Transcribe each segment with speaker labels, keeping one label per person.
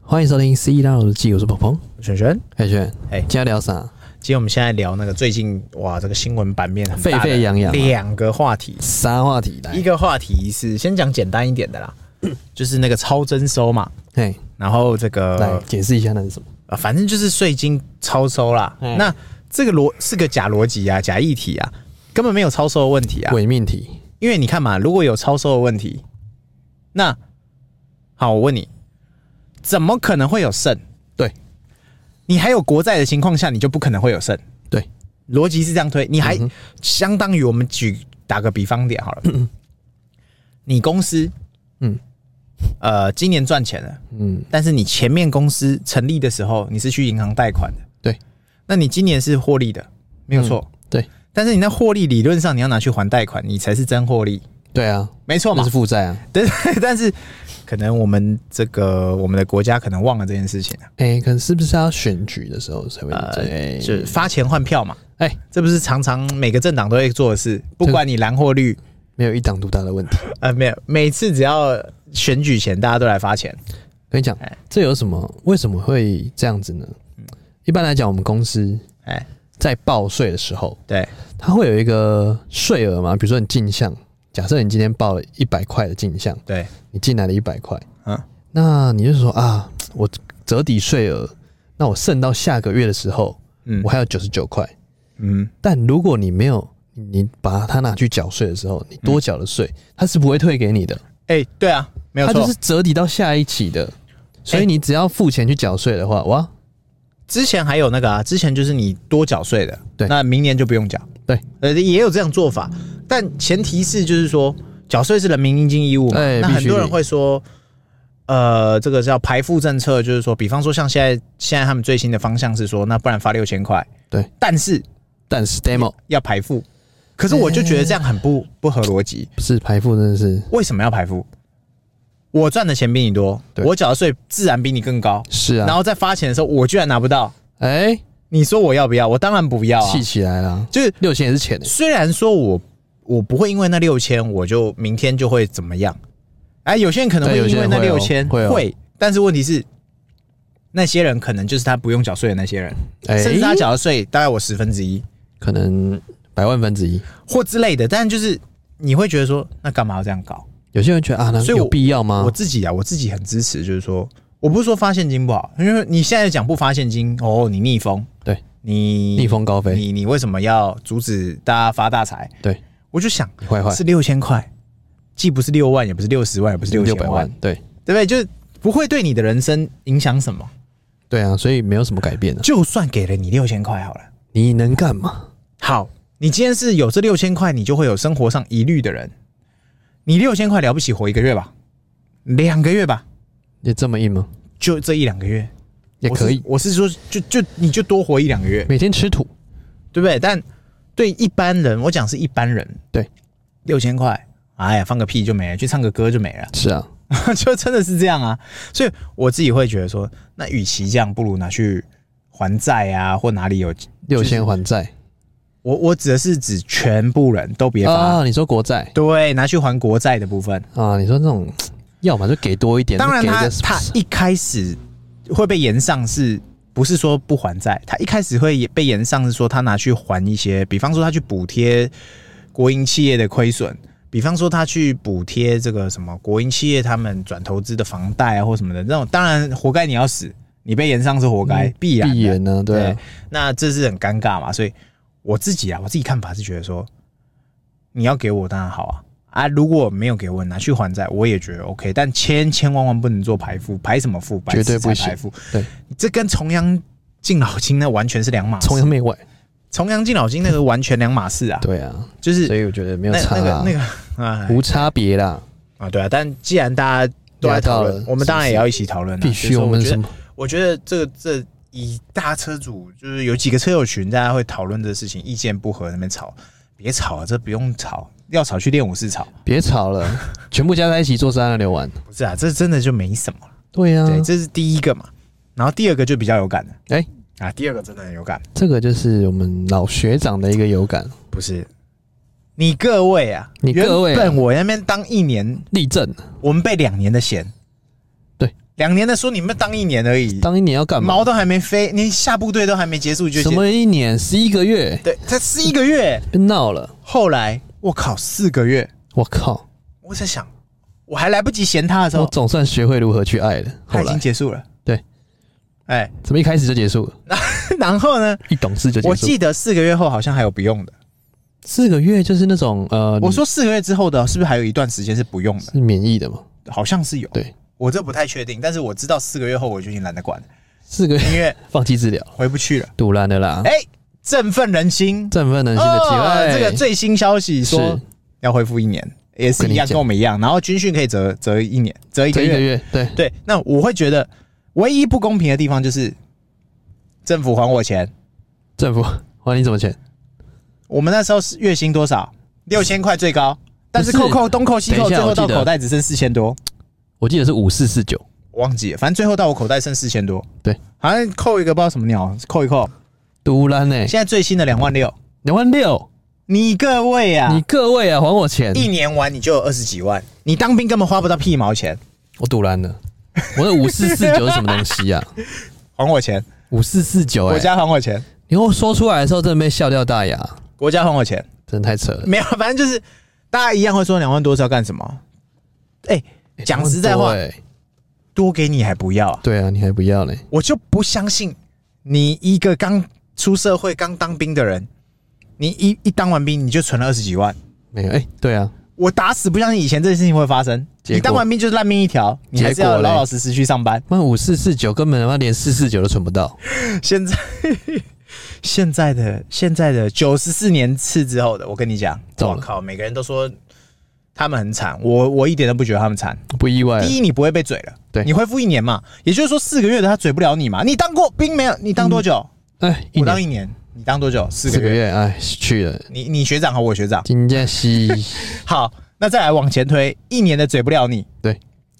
Speaker 1: 欢迎收听《C E 大佬的记》，我是鹏鹏。
Speaker 2: 璇璇，
Speaker 1: 海轩，
Speaker 2: 哎
Speaker 1: 今天聊啥？
Speaker 2: 今天我们现在聊那个最近哇，这个新闻版面很大的
Speaker 1: 沸沸扬扬啊
Speaker 2: 两个话题，
Speaker 1: 啥话题来
Speaker 2: 一？个话题是先讲简单一点的啦，
Speaker 1: 嗯
Speaker 2: 就是那个超征收嘛，
Speaker 1: 哎，
Speaker 2: 然后这个
Speaker 1: 来解释一下那是什么？
Speaker 2: 啊，反正就是税金超收啦。
Speaker 1: 嗯
Speaker 2: 那这个逻是个假逻辑啊，假议题啊，根本没有超收的问题啊。
Speaker 1: 伪命题。
Speaker 2: 因为你看嘛，如果有超收的问题，那好，我问你，怎么可能会有剩？
Speaker 1: 对，
Speaker 2: 你还有国债的情况下，你就不可能会有剩。
Speaker 1: 对，嗯
Speaker 2: 逻辑是这样推，你还相当于我们举打个比方点好了，你公司，
Speaker 1: 嗯，
Speaker 2: 呃，今年赚钱了，
Speaker 1: 嗯，
Speaker 2: 但是你前面公司成立的时候，你是去银行贷款的，
Speaker 1: 对，嗯
Speaker 2: 那你今年是获利的，没有错，
Speaker 1: 对，
Speaker 2: 但是你那获利理论上你要拿去还贷款，你才是真获利，
Speaker 1: 对啊，
Speaker 2: 没错
Speaker 1: 那
Speaker 2: 嘛
Speaker 1: 是，负债啊。
Speaker 2: 但是 但是可能我们这个我们的国家可能忘了这件事情啊，
Speaker 1: 哎，可能是不是要选举的时候才会这样？
Speaker 2: 就是发钱换票嘛，
Speaker 1: 哎，
Speaker 2: 这不是常常每个政党都会做的事，不管你蓝或绿，
Speaker 1: 没有一党独大的问题。
Speaker 2: 呃，没有，每次只要选举前大家都来发钱，
Speaker 1: 跟你讲
Speaker 2: 哎，
Speaker 1: 这有什么？为什么会这样子呢？一般来讲，我们公司
Speaker 2: 哎，
Speaker 1: 在报税的时候，
Speaker 2: 对，
Speaker 1: 它会有一个税额嘛？比如说你进项，假设你今天报了一百块的进项，
Speaker 2: 对，
Speaker 1: 你进来了一百块，
Speaker 2: 嗯，
Speaker 1: 那你就说啊，我折抵税额，那我剩到下个月的时候，
Speaker 2: 嗯
Speaker 1: 我还有九十九块。
Speaker 2: 嗯，
Speaker 1: 但如果你没有，你把它拿去缴税的时候，你多缴的税，它是不会退给你的，
Speaker 2: 哎，对啊，嗯没有
Speaker 1: 它
Speaker 2: 错，
Speaker 1: 就是折抵到下一期的。所以
Speaker 2: 哎
Speaker 1: 你只要付钱去缴税的话，哇，
Speaker 2: 之前还有那个啊，之前就是你多缴税的，
Speaker 1: 对
Speaker 2: 那明年就不用缴，
Speaker 1: 对，
Speaker 2: 呃，也有这样做法，但前提是就是说缴税是人民应尽义务嘛，
Speaker 1: 哎
Speaker 2: 那
Speaker 1: 必须
Speaker 2: 很多人会说，呃，这个叫排富政策，就是说，比方说像现在现在他们最新的方向是说，那不然发六千块，
Speaker 1: 对，
Speaker 2: 但是
Speaker 1: 但是 demo
Speaker 2: 要排富，可是我就觉得这样很不不合逻辑，
Speaker 1: 不是排付，真的是
Speaker 2: 为什么要排富？我赚的钱比你多，
Speaker 1: 对
Speaker 2: 我缴的税自然比你更高，
Speaker 1: 是
Speaker 2: 然
Speaker 1: 啊，
Speaker 2: 后在发钱的时候我居然拿不到，
Speaker 1: 哎，
Speaker 2: 你说我要不要？我当然不要啊
Speaker 1: 气，起来了，
Speaker 2: 就是
Speaker 1: 六千也是钱欸的，
Speaker 2: 虽然说我我不会因为那六千，我就明天就会怎么样。哎，有些人可能会
Speaker 1: 对有
Speaker 2: 因
Speaker 1: 些
Speaker 2: 为
Speaker 1: 人
Speaker 2: 那
Speaker 1: 会哦
Speaker 2: 六千
Speaker 1: 会哦
Speaker 2: 但是问题是，那些人可能就是他不用缴税的那些人，
Speaker 1: 哎，
Speaker 2: 甚至他缴的税大概我十分之一
Speaker 1: 可能百万分之一。
Speaker 2: 或之类的。但就是你会觉得说，那干嘛要这样搞？
Speaker 1: 有些人觉得啊，那
Speaker 2: 所以我
Speaker 1: 有必要吗
Speaker 2: 我？自己啊，我自己很支持，就是说我不是说发现金不好，因为你现在讲不发现金，哦，你逆风，
Speaker 1: 对，
Speaker 2: 你
Speaker 1: 逆风高飞，
Speaker 2: 你你为什么要阻止大家发大财？
Speaker 1: 对
Speaker 2: 我就想，
Speaker 1: 你坏坏，
Speaker 2: 是六千块，既不是六万，也不是六十万，也不是六
Speaker 1: 六
Speaker 2: 千
Speaker 1: 百
Speaker 2: 万
Speaker 1: 万，，对
Speaker 2: 对不对？就是不会对你的人生影响什么。
Speaker 1: 对啊，所以没有什么改变啊。
Speaker 2: 就算给了你六千块好了，
Speaker 1: 你能干嘛？
Speaker 2: 好，你今天是有这六千块，你就会有生活上疑虑的人。你六千块了不起活一个月吧，两个月吧，
Speaker 1: 你这么硬吗？
Speaker 2: 就这一两个月
Speaker 1: 也可以，
Speaker 2: 我是我是说，就就你就多活一两个月，
Speaker 1: 每天吃土，
Speaker 2: 对不对？但对一般人，我讲是一般人，
Speaker 1: 对，
Speaker 2: 六千块，哎呀，放个屁就没了，去唱个歌就没了。
Speaker 1: 是啊，
Speaker 2: 就真的是这样啊。所以我自己会觉得说，那与其这样，不如拿去还债啊，或哪里有
Speaker 1: 六千还债
Speaker 2: 我我指的是指全部人都别发，
Speaker 1: 啊？你说国债
Speaker 2: 对，拿去还国债的部分。
Speaker 1: 啊？你说那种，要么就给多一点，
Speaker 2: 当然
Speaker 1: 给一
Speaker 2: 他
Speaker 1: 个
Speaker 2: 他一开始会被延上是。不是说不还债，他一开始会被延上是说他拿去还一些，比方说他去补贴国营企业的亏损，比方说他去补贴这个什么国营企业他们转投资的房贷啊或什么的那种，当然活该你要死，你被延上是活
Speaker 1: 嗯
Speaker 2: 该，必然的
Speaker 1: 闭眼呢，对啊，
Speaker 2: 那这是很尴尬嘛，所以我自己啊，我自己看法是觉得说，你要给我当然好啊啊，如果没有给我拿去还债，我也觉得 OK，但千千万万不能做排富，排什么富？白
Speaker 1: 绝对
Speaker 2: 痴才
Speaker 1: 不行
Speaker 2: 排富，
Speaker 1: 对，
Speaker 2: 这跟重阳敬老金那完全是两码 事。
Speaker 1: 崇洋媚外，
Speaker 2: 重阳敬老金那个完全两码事啊，
Speaker 1: 对啊，
Speaker 2: 就是
Speaker 1: 所以我觉得没有
Speaker 2: 那
Speaker 1: 差
Speaker 2: 那个
Speaker 1: 啊
Speaker 2: 那，个啊
Speaker 1: 无差别啦，
Speaker 2: 啊，对啊，但既然大家都在
Speaker 1: 啊
Speaker 2: 讨
Speaker 1: 聊到
Speaker 2: 论
Speaker 1: 了，
Speaker 2: 我们当然也要一起讨论啊，
Speaker 1: 必
Speaker 2: 就是
Speaker 1: 须
Speaker 2: 说
Speaker 1: 我们
Speaker 2: 觉得
Speaker 1: 什么？
Speaker 2: 我觉得这这以大车主就是有几个车友群，大家会讨论这个事情，意见不合那边吵，别吵啊了，这不用吵，要吵去练武室吵，
Speaker 1: 别吵 了，全部加在一起做三二六完，
Speaker 2: 不是啊，这真的就没什么了。
Speaker 1: 对啊，
Speaker 2: 对，这是第一个嘛，然后第二个就比较有感的，
Speaker 1: 哎
Speaker 2: 啊，第二个真的很有感，
Speaker 1: 这个就是我们老学长的一个有感，
Speaker 2: 不是你各位啊，
Speaker 1: 你各位啊
Speaker 2: 原本我那边当一年，
Speaker 1: 立正，
Speaker 2: 我们被两年的嫌，
Speaker 1: 对，
Speaker 2: 两年的说你们当一年而已，
Speaker 1: 当一年要干嘛？
Speaker 2: 毛都还没飞，连下部队都还没结束就
Speaker 1: 什
Speaker 2: 结
Speaker 1: 么一年十一个月？
Speaker 2: 对，才十一个月。
Speaker 1: 别闹了！
Speaker 2: 后来我靠，四个月，
Speaker 1: 我靠！
Speaker 2: 我在想，我还来不及嫌他的时
Speaker 1: 我
Speaker 2: 候，
Speaker 1: 总算学会如何去爱了。后
Speaker 2: 他已经
Speaker 1: 来
Speaker 2: 结束了。
Speaker 1: 对，
Speaker 2: 哎，
Speaker 1: 怎么一开始就结束了？
Speaker 2: 然后呢？
Speaker 1: 一懂事就结
Speaker 2: 我
Speaker 1: 束了？嗯
Speaker 2: 记得四个月后好像还有不用的。
Speaker 1: 四个月就是那种呃，
Speaker 2: 我
Speaker 1: 你
Speaker 2: 说四个月之后的，是不是还有一段时间是不用的？
Speaker 1: 是免疫的嘛？
Speaker 2: 好像是有。
Speaker 1: 对，
Speaker 2: 我这不太确定，但是我知道四个月后我就已经懒得管了，
Speaker 1: 四个月
Speaker 2: 因为
Speaker 1: 放弃治疗，
Speaker 2: 回不去了。
Speaker 1: 堵烂的啦，
Speaker 2: 哎、振奋人心，
Speaker 1: 啊振奋人心的机
Speaker 2: 哦
Speaker 1: 会。
Speaker 2: 这个最新消息说
Speaker 1: 是
Speaker 2: 要恢复一年，也是一
Speaker 1: 我跟
Speaker 2: 样
Speaker 1: 你讲
Speaker 2: 跟我们一样，然后军训可以折折一年，折一个
Speaker 1: 这一
Speaker 2: 月。
Speaker 1: 个月对
Speaker 2: 对，那我会觉得唯一不公平的地方就是政府还我钱。
Speaker 1: 政府还你什么钱？
Speaker 2: 我们那时候是月薪多少？六千块最高，但是
Speaker 1: 不是
Speaker 2: 扣扣东扣西
Speaker 1: 等
Speaker 2: 扣，
Speaker 1: 一下
Speaker 2: 最后
Speaker 1: 我记
Speaker 2: 到
Speaker 1: 得
Speaker 2: 口袋只剩四千多，
Speaker 1: 我记得是五四四九，
Speaker 2: 我忘记了，反正最后到我口袋剩四千多。
Speaker 1: 对，
Speaker 2: 好像扣一个不知道什么鸟，扣一扣。
Speaker 1: 堵烂呢，
Speaker 2: 现在最新的两万六，
Speaker 1: 两万六，
Speaker 2: 你各位啊，嗯
Speaker 1: 你各位啊，还我钱，
Speaker 2: 一年完你就有二十几万，你当兵根本花不到屁毛钱，
Speaker 1: 我堵烂了。我的五四四九是什么东西 呀、啊？
Speaker 2: 还我钱，
Speaker 1: 五四四九
Speaker 2: 国
Speaker 1: 哎，
Speaker 2: 家还我钱，
Speaker 1: 你后说出来的时候真的被笑掉大牙，
Speaker 2: 国家还我钱，
Speaker 1: 真的太扯了。
Speaker 2: 没有，反正就是大家一样会说两万多是要干什么？哎、讲实在话
Speaker 1: 两万多哎
Speaker 2: 多给你还不要、啊，
Speaker 1: 对啊，你还不要嘞？
Speaker 2: 我就不相信你一个刚出社会、刚当兵的人，你一一当完兵你就存了二十几万，
Speaker 1: 没有哎、对啊，
Speaker 2: 我打死不相信以前这件事情会发生。
Speaker 1: 结果
Speaker 2: 你当完兵就是烂命一条，你还是
Speaker 1: 结
Speaker 2: 要
Speaker 1: 果嘞
Speaker 2: 老老实实去上班。
Speaker 1: 那五四四九根本他妈连四四九都存不到，
Speaker 2: 现在 现在的现在的九十四年次之后的，我跟你讲，
Speaker 1: 糟
Speaker 2: 我
Speaker 1: 了
Speaker 2: 靠，每个人都说他们很惨，我我一点都不觉得他们惨。
Speaker 1: 不意外。
Speaker 2: 第一，你不会被嘴了，
Speaker 1: 哎对
Speaker 2: 你恢复一年嘛，也就是说四个月的他嘴不了你嘛。你当过兵没有？你当多久？
Speaker 1: 哎，一
Speaker 2: 我当
Speaker 1: 年
Speaker 2: 一年，你当多久？四
Speaker 1: 四
Speaker 2: 个
Speaker 1: 个
Speaker 2: 月。
Speaker 1: 月，哎，去了。
Speaker 2: 你你学长和我学长，
Speaker 1: 金家 西，
Speaker 2: 好，那再来往前推，一年的嘴不了你，
Speaker 1: 对，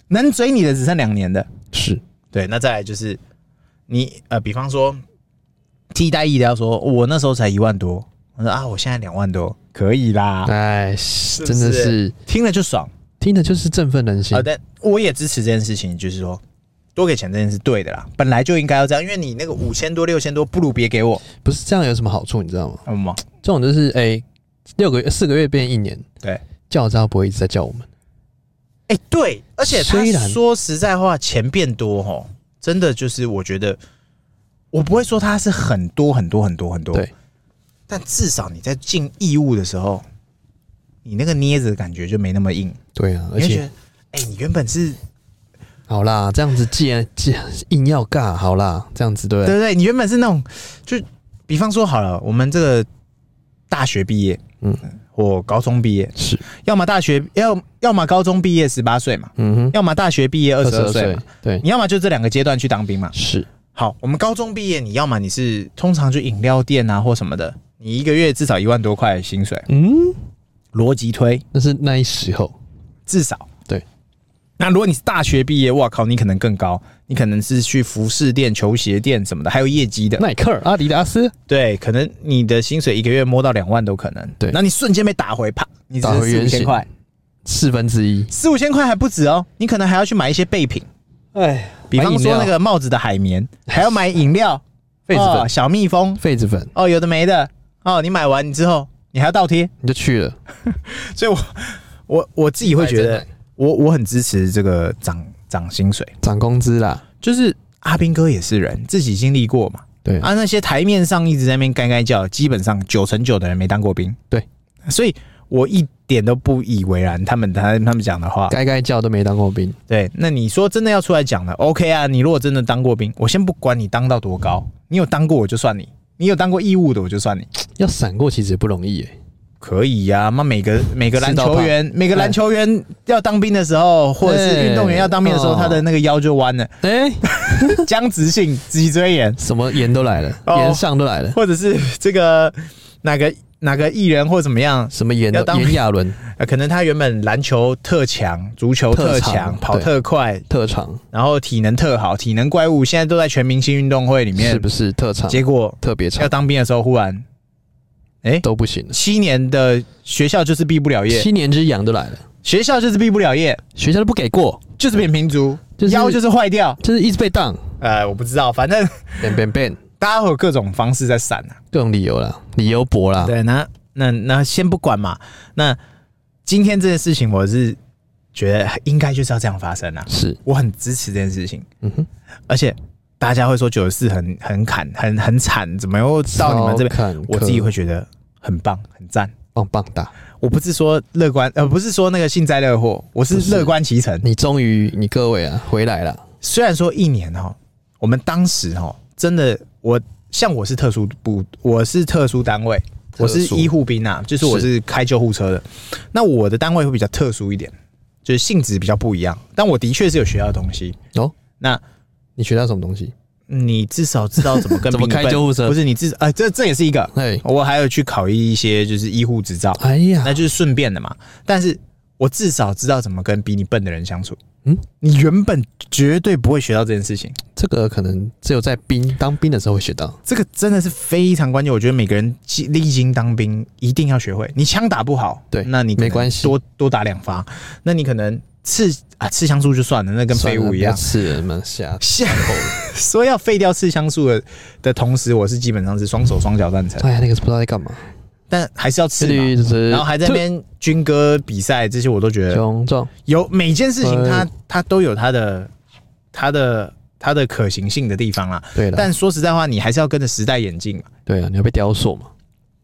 Speaker 2: 能嘴你的只剩两年的，
Speaker 1: 是
Speaker 2: 对，那再来就是你呃，比方说替代医疗说，我那时候才一万多，我说啊，我现在两万多，可以啦，
Speaker 1: 哎，
Speaker 2: 不
Speaker 1: 真的
Speaker 2: 啊是
Speaker 1: 是
Speaker 2: 听了就爽
Speaker 1: 听的就是振奋人心
Speaker 2: 啊、呃。。但我也支持这件事情，就是说多给钱这件事是对的啦，本来就应该要这样，因为你那个五千多、六千多，不如别给我，嗯
Speaker 1: 不是这样有什么好处，你知道吗？
Speaker 2: 好吗？
Speaker 1: 这种就是哎，六个月、四个月变一年，
Speaker 2: 对，
Speaker 1: 叫招不会一直在叫我们，
Speaker 2: 哎、对，而且他
Speaker 1: 虽然
Speaker 2: 说实在话，钱变多吼，真的就是我觉得，我不会说他是很多很多很多很多，
Speaker 1: 对，
Speaker 2: 但至少你在尽义务的时候，你那个捏着的感觉就没那么硬，
Speaker 1: 对啊，而
Speaker 2: 你会觉得
Speaker 1: 且，
Speaker 2: 哎、你原本是
Speaker 1: 好啦，这样子既然既然硬要尬，好啦，这样子对不
Speaker 2: 对
Speaker 1: 对？
Speaker 2: 不对？你原本是那种，就比方说好了，我们这个大学毕业，嗯
Speaker 1: 嗯，
Speaker 2: 或高中毕业，
Speaker 1: 是，
Speaker 2: 要么大学要要么高中毕业十八岁嘛，
Speaker 1: 嗯哼，
Speaker 2: 要么大学毕业二十二岁嘛，，
Speaker 1: 对，
Speaker 2: 你要么就这两个阶段去当兵嘛，
Speaker 1: 是
Speaker 2: 好，我们高中毕业，你要么你是通常就饮料店啊或什么的，你一个月至少一万多块的薪水，
Speaker 1: 嗯，
Speaker 2: 逻辑推
Speaker 1: 那是那一时候，
Speaker 2: 至少
Speaker 1: 对。
Speaker 2: 那如果你是大学毕业，哇靠，你可能更高，你可能是去服饰店、球鞋店什么的，还有业绩的，
Speaker 1: 耐克、阿迪达斯
Speaker 2: 对，可能你的薪水一个月摸到两万都可能，
Speaker 1: 对
Speaker 2: 那你瞬间被打回，啪，你只
Speaker 1: 打
Speaker 2: 是
Speaker 1: 回
Speaker 2: 四五
Speaker 1: 原
Speaker 2: 千
Speaker 1: 形
Speaker 2: 块，
Speaker 1: 四分之一，
Speaker 2: 四五千块还不止哦，你可能还要去买一些备品，
Speaker 1: 哎，
Speaker 2: 比
Speaker 1: 买
Speaker 2: 方
Speaker 1: 饮
Speaker 2: 说
Speaker 1: 料
Speaker 2: 那个帽子的 海绵，还要买饮料，
Speaker 1: 痱子
Speaker 2: 哦
Speaker 1: 粉，
Speaker 2: 小蜜 蜂，
Speaker 1: 痱子粉，
Speaker 2: 哦，有的没的，哦，你买完你之后，你还要倒贴。
Speaker 1: 你就去了，
Speaker 2: 所以我我我自己会觉得
Speaker 1: 买真奶，
Speaker 2: 我我很支持这个涨涨薪水，
Speaker 1: 涨工资啦，
Speaker 2: 就是阿兵哥也是人，自己经历过嘛。
Speaker 1: 对
Speaker 2: 啊，那些台面上一直在那边干干叫，基本上九成九的人没当过兵。
Speaker 1: 对，
Speaker 2: 所以我一点都不以为然，他们他他们讲的话。
Speaker 1: 该该叫都没当过兵，
Speaker 2: 对，那你说真的要出来讲了，OK 啊？你如果真的当过兵，我先不管你当到多高，你有当过我就算你，你有当过义务的我就算你。
Speaker 1: 要闪过其实也不容易耶。
Speaker 2: 可以呀、妈每个每个篮
Speaker 1: 嗯吃到
Speaker 2: 球
Speaker 1: 胖
Speaker 2: 员，每个篮球员要当兵的时候，或者是
Speaker 1: 对
Speaker 2: 运动员要当兵的时候，
Speaker 1: 哦
Speaker 2: 他的那个腰就弯了，
Speaker 1: 哎、
Speaker 2: 僵直性脊椎炎，
Speaker 1: 什么盐都来了，
Speaker 2: 哦
Speaker 1: 盐、上都来了，
Speaker 2: 或者是这个哪个哪个艺人或怎么样，
Speaker 1: 什么盐
Speaker 2: 要当
Speaker 1: 盐亚纶
Speaker 2: 呃可能他原本篮球特强，足球特
Speaker 1: 特
Speaker 2: 强，
Speaker 1: 长
Speaker 2: 跑
Speaker 1: 对
Speaker 2: 特快，
Speaker 1: 特长
Speaker 2: 然后体能特好，体能怪物，现在都在全明星运动会里
Speaker 1: 是
Speaker 2: 面
Speaker 1: 不，是特长
Speaker 2: 结果
Speaker 1: 特别长
Speaker 2: 要当兵的时候，忽然
Speaker 1: 都不行了，
Speaker 2: 七年的学校就是毕不了业，
Speaker 1: 七年之痒都来了，
Speaker 2: 学校就是毕不了业，
Speaker 1: 学校都不给过，
Speaker 2: 就是扁平足，
Speaker 1: 就是
Speaker 2: 腰就是坏掉。
Speaker 1: 就是一直被当
Speaker 2: 呃，我不知道，反正
Speaker 1: ，ban ban ban，
Speaker 2: 大家会有各种方式在闪啊。
Speaker 1: 各种理由啦，理由博啦，
Speaker 2: 对，那那那先不管嘛。那今天这件事情，我是觉得应该就是要这样发生啊。
Speaker 1: 是，
Speaker 2: 我很支持这件事情，
Speaker 1: 嗯哼，
Speaker 2: 而且大家会说九十四很很砍，很很惨，怎么又到你们这边？
Speaker 1: 边
Speaker 2: 我自己会觉得很棒，很赞。
Speaker 1: 棒哦棒哒，
Speaker 2: 我不是说乐观，呃，不是说那个幸灾乐祸，
Speaker 1: 不
Speaker 2: 我是
Speaker 1: 是
Speaker 2: 乐观其成。
Speaker 1: 你终于你各位啊回来了，
Speaker 2: 虽然说一年哈，我们当时哈，真的我像我是特殊部，我是特殊单位，
Speaker 1: 特殊
Speaker 2: 我是医护兵啊，就是我是开救护车的。那我的单位会比较特殊一点，就是性质比较不一样，但我的确是有学到的东西。
Speaker 1: 哦，
Speaker 2: 那
Speaker 1: 你学到什么东西？
Speaker 2: 你至少知道怎么 跟
Speaker 1: 怎么开
Speaker 2: 兵分
Speaker 1: 救护车
Speaker 2: 不是你至啊、这这也是一个。
Speaker 1: 哎，
Speaker 2: 我还有去考一些就是医护执 照，
Speaker 1: 哎呀
Speaker 2: 那，就是顺便的嘛。但是我至少知道怎么跟比你笨的人相处。
Speaker 1: 嗯
Speaker 2: 嗯，你原本绝对不会学到这件事情，
Speaker 1: 这个可能只有在兵当兵的时候会学到，
Speaker 2: 这个真的是非常关键。我觉得每个人经历经当兵一定要学会。你枪打不好，
Speaker 1: 对
Speaker 2: 那你可能
Speaker 1: 没关系
Speaker 2: 多多打两发。那你可能刺啊刺枪术就算了，那跟
Speaker 1: 算
Speaker 2: 废
Speaker 1: 了
Speaker 2: 物一
Speaker 1: 不
Speaker 2: 样
Speaker 1: 要。吃人们瞎
Speaker 2: 下 说要废掉刺枪术的的同时，我是基本上是双手双脚赞成，
Speaker 1: 哎呀，那个是不知道在干嘛，
Speaker 2: 但还是要刺嘛。
Speaker 1: 然
Speaker 2: 然后还在那边军歌比赛这些，我都觉得
Speaker 1: 雄壮，
Speaker 2: 有每件事情它，
Speaker 1: 呃
Speaker 2: 它都有它的它的它的可行性的地方啦。
Speaker 1: 对了，
Speaker 2: 但说实在话，你还是要跟着时代演进嘛。
Speaker 1: 对啊，你要被雕塑嘛，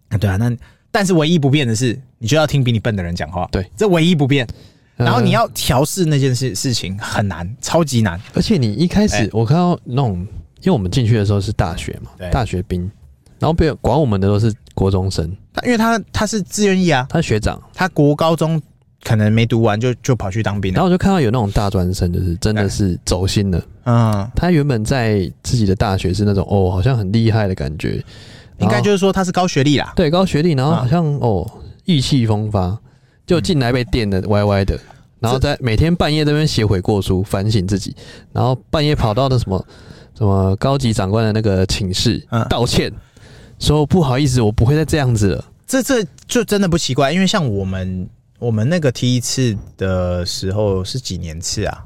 Speaker 2: 啊对啊，那但是唯一不变的是，你就要听比你笨的人讲话。
Speaker 1: 对，
Speaker 2: 这唯一不变。然后
Speaker 1: 呃
Speaker 2: 你要调试那件事事情很难，超级难。
Speaker 1: 而且你一开始
Speaker 2: 哎
Speaker 1: 我看到那种，因为我们进去的时候是大学嘛
Speaker 2: 对，
Speaker 1: 大学兵，然后被管我们的都是国中生，
Speaker 2: 他因为他他是自愿役啊，
Speaker 1: 他是学长，
Speaker 2: 他国高中可能没读完就就跑去当兵
Speaker 1: 然
Speaker 2: 了。
Speaker 1: 后我就看到有那种大专生，就是真的是走心了。
Speaker 2: 嗯，
Speaker 1: 他原本在自己的大学是那种哦，好像很厉害的感觉，
Speaker 2: 应该
Speaker 1: 然后
Speaker 2: 就是说他是高学历啦。
Speaker 1: 对高学历，然后
Speaker 2: 啊
Speaker 1: 好像哦意气风发，就进来被电
Speaker 2: 嗯
Speaker 1: 的歪歪的。然后在每天半夜这边写悔过书，反省自己，然后半夜跑到那什么什么高级长官的那个寝室、
Speaker 2: 嗯
Speaker 1: 道歉，说不好意思，我不会再这样子了。
Speaker 2: 这这就真的不奇怪，因为像我们我们那个第一次的时候是几年次啊？